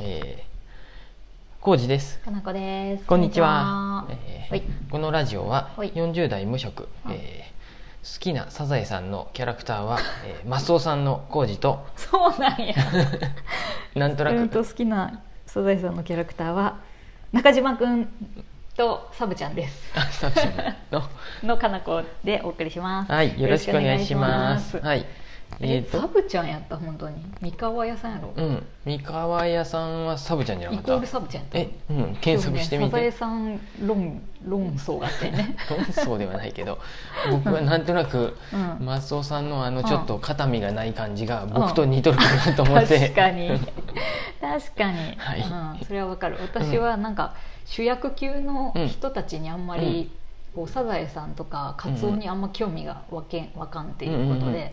えー、康二です。かなこです。こんにちは。えーはい このラジオははい40代無職、あえー好きなサザエさんのキャラクターは、えーマスオさんの康二 とそうなんや。なんとなうんくと好きなサザエさんのキャラクターは中島くんとサブちゃんです。 あサブちゃん ののかなこでお送りします。はいよろしくお願いします。よろしくお願いしますはい。ええっ、サとブちゃんやった本当に。三河屋さんやろ。うん三河屋さんはサブちゃんじゃイなコかーっルた。サブちゃんやった。えうん検索してみそうねて。 サザエさん論論争があってね。論争ではないけど僕はなんとなくうん。マスオさんのあのうんちょっと肩身がない感じが僕と似とるかなと思って、確 かに確かに、はいうん、それはわかる私はなんか主役級の人たちにあんまり、こうサザエさんとかカツオにあんま興味がわけわかんっていうこうとで、んうんうん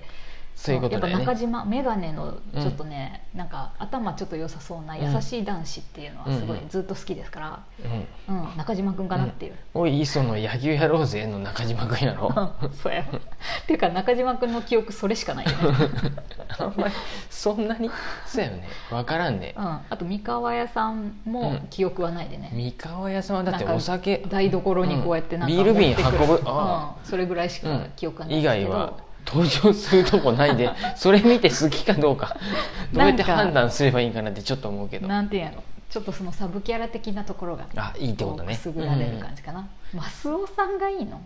そういうことだやよっぱね中島眼鏡のちょっとね、なんか頭ちょっと良さそうな優しい男子っていうのはすごいうんうんずっと好きですから、うんうん中島君かなっていう、おい磯の野球やろうぜの中島君やろそうやっていうか中島君の記憶それしかないよねあんまりそんなにそうやよね分からんねうん、あと三河屋さんも記憶はないでね、三河屋さんはだってお酒台所にこうやってなんかビール瓶持ってくる運ぶうんあ、それぐらいしうかん記憶がない以んですけ外どは登場するとこない でそれ見て好きかどうかどうやって判断すればいいんかなってちょっと思うけどなんていうのちょっとそのサブキャラ的なところがあいいってことねくすぐられる感じかな、マスオさんがいいの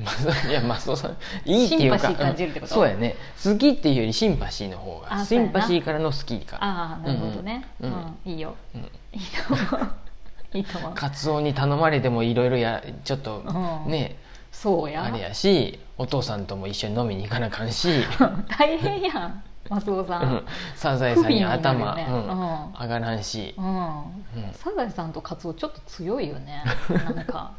マス いやマスオさんいいっていうかシンパシー感じるってことうんそうやね好きっていうよりシンパシーの方があそうシやなンパシーからの好きか、ああなるほどね、ううんんうんいいようん、いいと思ういい と思うカツオに頼まれてもいろいろやちょっとうんね、そうやあれやしお父さんとも一緒に飲みに行かなあかんし、 大変やんマスオさうんん、サザエさんに頭不憫になるよねうん上がらんしう、んうんサザエさんとカツオちょっと強いよ ねなんか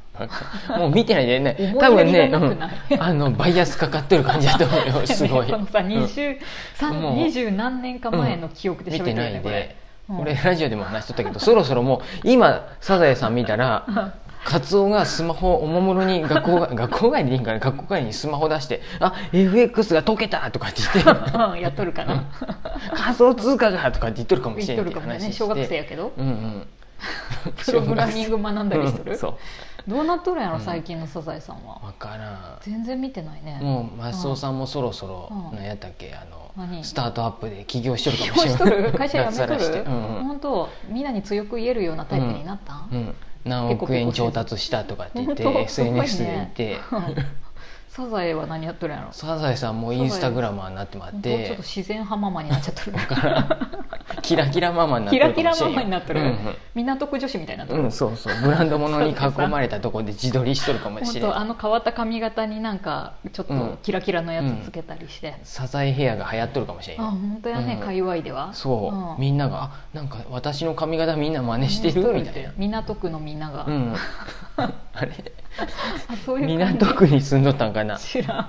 もう見てないで ね多思い分やねり、がなくないうんあのバイアスかかってる感じだと 思うよすごい、このさうん二十三もう二十何年か前の記憶で見喋っててるよなねいこれで。こうれんラジオでも話しとったけどそろそろもう今サザエさん見たらカツオがスマホをおもむろに学 校が学校外でいいんかな学校外にスマホ出して「あ FX が解けた!」とかって言 ってうんやっとるかな「仮想通貨が!」とかって言っとるかもし 言れっんとってるかも話してね小学生やけどうんうん プログラミング学んだりしとうんるそうどうなっとるんやろうん最近のサザエさんは分から全然見てないねんもうマスオさんもそろそろうん何やったっけあの何スタートアップで起業しとるか起業もしれんしとる会社 辞脱サめラとしてるうんうん本当みんなに強く言えるようなタイプになったんうん、何億円調達したとかって言って SNS で言って、本当すごいねサザエは何やっとるんやろサザエさんもインスタグラマーになってもらっ本当ちょってと自然派ママになっちゃっとるキラキラママになっ キてラるかキもラしれんマよマになっとる、うん港区女子みたいになっとうる、ん、うんそうそうブランド物に囲まれたとこで自撮りしとるかもし本れ当あんの変わった髪型になんかちょっうんとキラキラのやつつけたりして、サザエヘアが流行っとるかもしれんあよ本当やね、うん界隈ではそう、んみんながあ「なんか私の髪型みんな真似してる」みたいな港区のみんなが、うん あれあそういう感じ港区に住んどったんかな知らん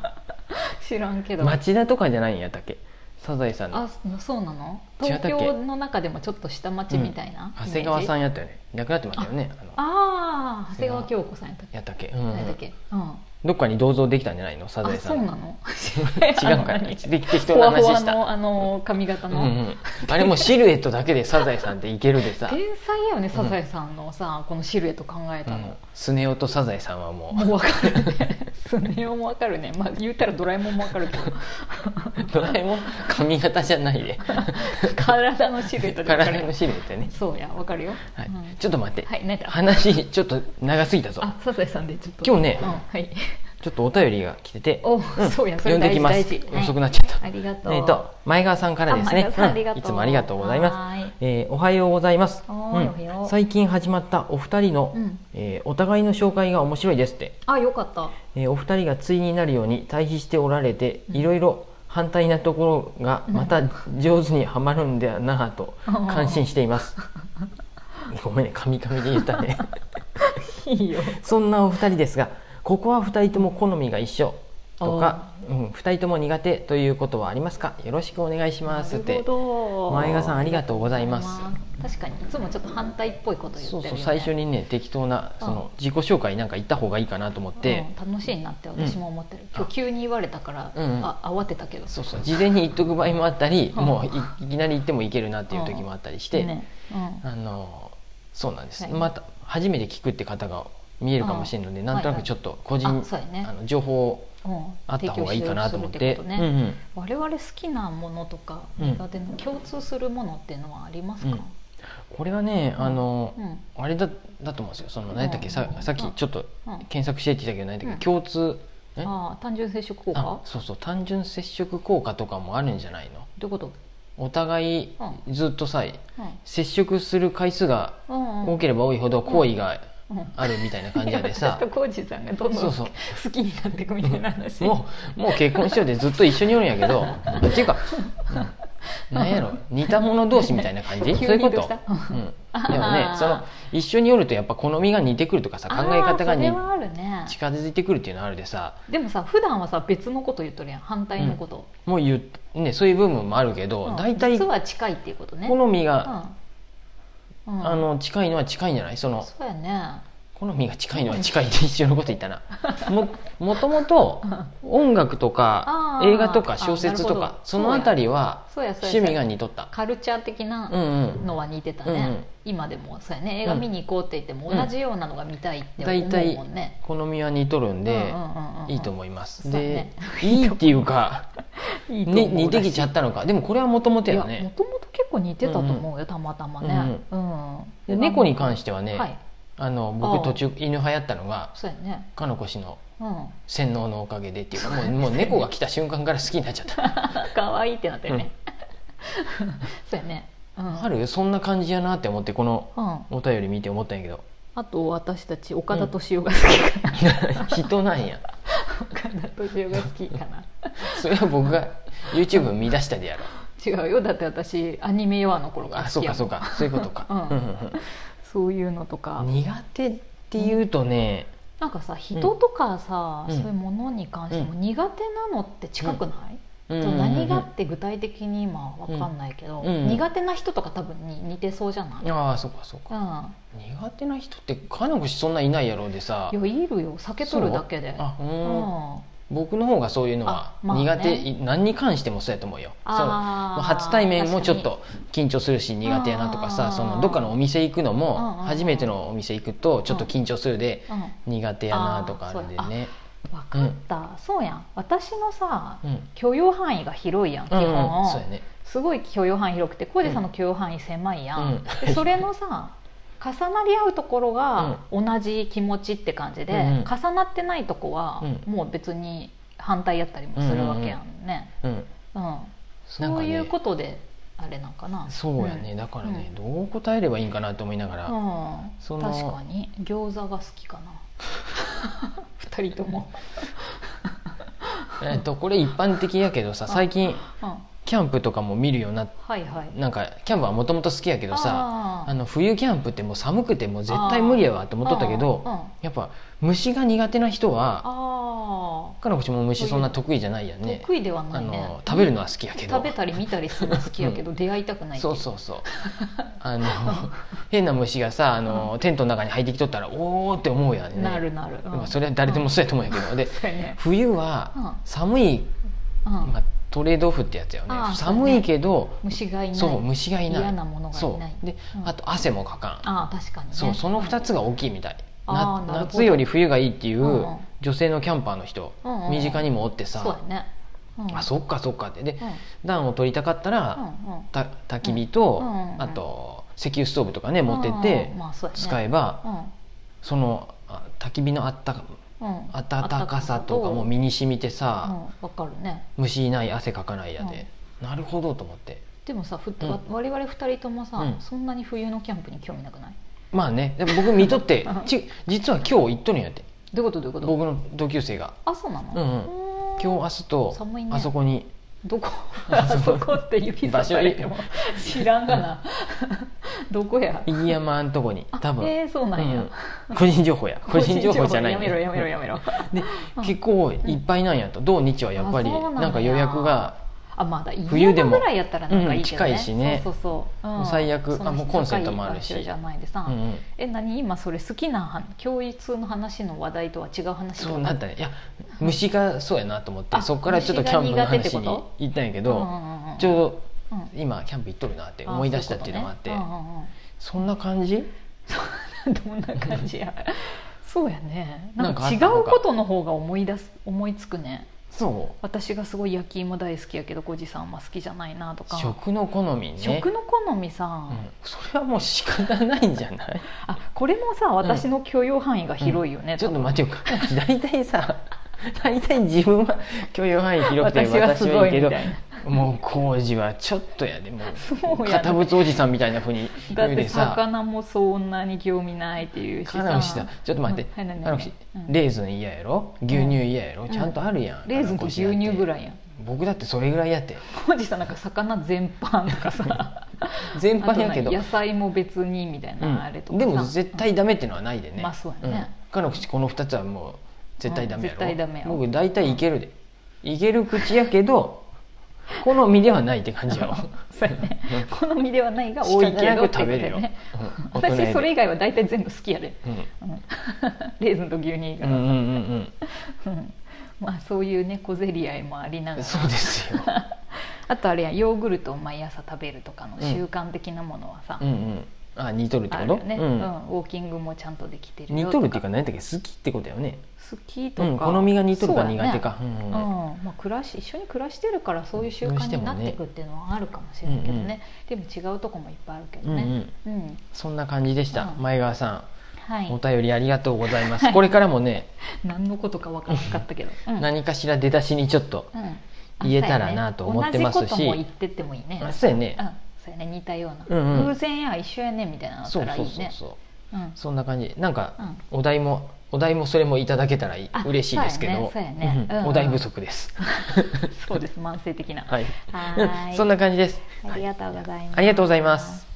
知らんけど、町田とかじゃないんやったっけサザエさんのあそうなの違った東っけ京の中でもちょっと下町みたいな、長谷川さんんやったよね亡くなってましたよねあのああ長谷川京子さんやったっけやったっけ、何やったっけ、うんどっかに銅像できたんじゃないのサザエあさそうんなのの 違うかあらの何適当ほなわ話ほわしたのあの髪型うんうの、ん、あれもシルエットだけでサザエさんっていけるでさ、天才やよねサザエさんのさ、このシルエット考えうたんの、、スネ夫とサザエさんはももう分かるねスネ夫も分かるねまあ言ったらドラえもんも分かるけど うドラえもん髪型じゃないで体のシルエットで分かる体のシルエットね、そうや分かるよはいうんちょっと待って、はい、何だ話ちょっと長すぎたぞあサザエさんでちょっと今日ねうんはい、ちょっとお便りが来てて、おんそうやそ読れんで大き事ま大す事、遅くななっちゃったありがとう、えっと前川さんからですあね前川さんありがうんとういつもありがとうございまはすーい、えーおはようございます、はーいうんおはよう最近始まったお二人の、うんえーお互いの紹介が面白いですって、あよかったえーお二人が対になるように対比しておられて、うんいろいろ反対なところがまた上手にはまるんだなぁ とうん感心しています ごめんねカミカミで言 ったねいいよそんなお二人ですがここは二人とも好みが一緒とか、うん、二人とも苦手ということはありますかよろしくお願いしますってど前川さんありがとうございます確かにいつもちょっと反対っぽいこと言ってるそよ、うね、そう最初にね適当なその自己紹介なんか言った方がいいかなと思って、うん、楽しいなって私も思ってる、今日急に言われたから、うんうんあ慌てたけどそうそう事前に言っとく場合もあったり、うんもういいきなり言ってもいけるなっていう時もあったりして、ねうんあのそうなんです、はいまた初めて聞くって方が見えるかもしれないので、なんとなくちょっと個人、あそうやねあの情報うんあった方がいいかなと思って提供しようとするってことねうんうん我々好きなものとかうん苦手な共通するものっていうのはありますか、これはねあの、うんあれだだと思うんですよその何だっけ、さうんさっきちょっとうん検索してって言ったけど何だっけ、うん共通えああ単純接触効果あそうそう単純接触効果とかもあるんじゃないのどういうこと、お互いずっとさう接触する回数がんうんうん多ければ多いほど好意がうんあるみたいな感じやで いやさ私とコージさんがどんそどうんそう好きになっていくみたいな話もうもう結婚しようでずっと一緒におるんやけどっていうか、うん、なんやろ似た者同士みたいな感 じ急にそういうことどうしたうん、あーでもねその一緒におるとやっぱ好みが似てくるとかさ考え方があーそれにはあるね近づいてくるっていうのはあるでさでもさ普段はさ別のこと言っとるやん反対のこと、もう言うね、そういう部分もあるけうどん大体、実は近いっていうことね好みが、うんうんあの近いのは近いんじゃないそのそうやね好みが近いのは近いって一緒のこと言った なももともと音楽とかあー映画とか小説とあなるかほどそのあたりはそうやそうや趣味が似とったカルチャー的なうんうんのは似てたね、うんうん今でもそうやね映画見に行こうって言ってもうん同じようなのが見たいって思大体うもんね、好みは似とるんでいいとう思いますそうでね いいっていうかんうんうんうんいいと思にう似てきちゃったのかでもこれはもともといややもねともと結構似てたと思うよたまたまね、うんで猫に関ししてはてねはいあのあ僕ー途中犬派やったのがそうやねかのこ氏のうん 洗脳のおかげでっていうかもうもう猫が来た瞬間から好きになっちゃった 可愛いってなったよね、 そうやねうんあるそんな感じやなって思ってこのうん、お便り見て思ったんやけどあと私たち岡田敏夫が好きかな、 人なんや 岡田敏夫が好きかなそれは僕が YouTube 見出したでやろ違うよだって私アニメ弱の頃からあ好そうきやかもそうんかそういうことか、うんうんうんそういうのとかうん苦手っていうとね、なんかさ人とかさ、うんそういうものに関してもう苦手なのって近くない、うんと何がって具体的に今わかんないけど、うんうん苦手な人とか多分に似てそうじゃない、ああそうかそうかう苦手な人ってかのこしそんないないやろうでさん、いやいるよ酒取るだけであううんん僕の方がそういうのはあまあね苦手、い何に関してもそうやと思うよそのあー初対面もちょっと緊張するし苦手やなとかさあーそのどっかのお店行くのうんうんうもん初めてのお店行くとちょっと緊張するで確かに苦手やなとかあるんでねうん、分かった、そうやん私のさうん許容範囲が広いやん基うん本、うんそうやねすごい許容範囲広くて浩司さんの許容範囲狭いやん、うんでそれのさ重なり合うところが同じ気持ちって感じで、うんうん重なってないとこはうもう別に反対やったりもするわけやんね、うんうんなんそかうねいうことであれなんかなそうやねだからねどう答えればいいんかなと思いながうらん、その確かに餃子が好きかな 二人とも、えっとこれ一般的やけどさん最近うん、キャンプとかも見るようなはいはいなんかキャンプはもともと好きやけどさあーあの冬キャンプってもう寒くてもう絶対無理やわと思っとったけうんうどんやっぱ虫が苦手な人はあ彼女も虫そんな得意じゃないやんー、ね得意ではなあいねの食べるのは好きやけど食べたり見たりするの好きやけど出会いたくないっていそうそう そうあの変な虫がさあの、テントの中に入ってきとったらおーって思うやんねなるなる、うんまあ、それは誰でもそうやと思うんやけど、でそうやね冬はう寒い、うんまあ、トレードオフってやつよねああ寒いけど虫がいないそう虫がいない嫌なものがいないそうで、うんあと汗もかかんああ確かにねそうその2つつが大きいみたいああななるほど夏より冬がいいっていうんううん女性のキャンパーの人、うんうん身近にもおってさ、そうやね、うん、あそっかそっかってでうん、暖を取りたかったら、うんうんた焚き火と、うんうんうんあと石油ストーブとかね持ってってうんまあそうやね、使えば、うんそのあ焚き火のあったかうん、暖かさとかも身に染みてうさ、ん、わかるね虫いない汗かかないやで、なるほどと思ってでもさふ、うんわ我々二人ともさ、うんそんなに冬のキャンプに興味なくないまあねでも僕見とって うんち実は今日行っとるんやってどういうことどういうこと僕の同級生があそうなの、うんうー今ん日明日と寒いねあそこにどこああそうそこって指さされても知らんがなどこや飯山のとこにあ多分、えー、そうなんや、うん個人情報 や個人情報じゃないやめろやめろやめろでうん結構いっぱいなんやと土日はやっぱりあそうなんやなんか予約があまだ 冬冬ででももぐらいやったらなんかいいけどね、うん近いしねそうそうそう、もう最悪そのあもうコンセントもあるし高い場所じゃないでさ、うんうんえ何今それ好きな教育の話の話題とは違う話そうなったたねいや虫がそうやなと思ってあそこからちょっとキャンプの話に行ったんやけけうんうどんうんちょうどうん今キャンプ行っとるなって思い出したっていうのもあってあそういうことねそんな感じ どんな感 じやそうやねななんんかか違あったうことの方が思い出す思いつくねそ私がすごい焼き芋大好きやけどごじさんは好きじゃないなとうか食の好みね食の好みさ、うん、それはもう仕方ないんじゃないあこれもさ私の許容範囲が広いよね、ちょっと待ってよ 大体さ大体自分は許容範囲広くて私はす私はごいいいけみどたいなもう工事はちょっと やでもそううやね堅物おじさんみたいなふうにだ言っうてでさ魚もそんなに興味ないっていうし彼女ささちょっと待って、うんはい何彼女うんレーズン嫌やろ牛乳嫌やろ、んちゃんとあるやん、レーズンと牛乳ぐいらいやん僕だってそれぐらいやっておじさんなんか魚全般とかさ 全般やけどあとなんか野菜も別にみたいな、うんあれとかでさも絶対ダメっていうのはないでね、まあそうやねん彼の口この2つはもう絶対ダメやろ、うん絶対ダメや僕大体いけるでいける口やけど好みではないって感じやろ そうやねうん好みではないが多いけ仕方どなくってこと食べるよね、うん大人や 私でそれ以外は大体全部好きやで、うんうん レーズンと牛乳うが、んうんうんうん まあそういうね小競り合いもありなうがんらそうです よあとあれやヨーグルトを毎朝食べるとかの習慣的なものはさ、うんうんあ似とるってあこるとよね、ううんんウォーキングもちゃんとできてるよ似ととかるっていうか何だっけ好きってことやよね好きとうか、ん好みが似とるかそうやね苦手かうんうんうんまあ、暮らし一緒に暮らしてるからそういう習慣になっていくっていうのはあるかもしれないけどねでも違うとこもいっぱいあるけどうんうね、んうんそんな感じでしたうん前川さはんおい便りありがとうございますこれからもね何のことか分からなかったけど、うん 何かしら出だしにちょっとうん言えたらなと思ってますし同じことも言ってってもいいね、うあん、そうやねそうやね似たような、うんうん偶然や一緒やねみたいなのあっそたうらいそいうねそうそううんそんな感じなんかうんお題もお題もそれもいただけたらいいあ嬉しいですけどそうやねそうやねうんうんうんお題不足です そうです慢性的なはいは ーいうんそんな感じですありがとうございます、ありがとうございます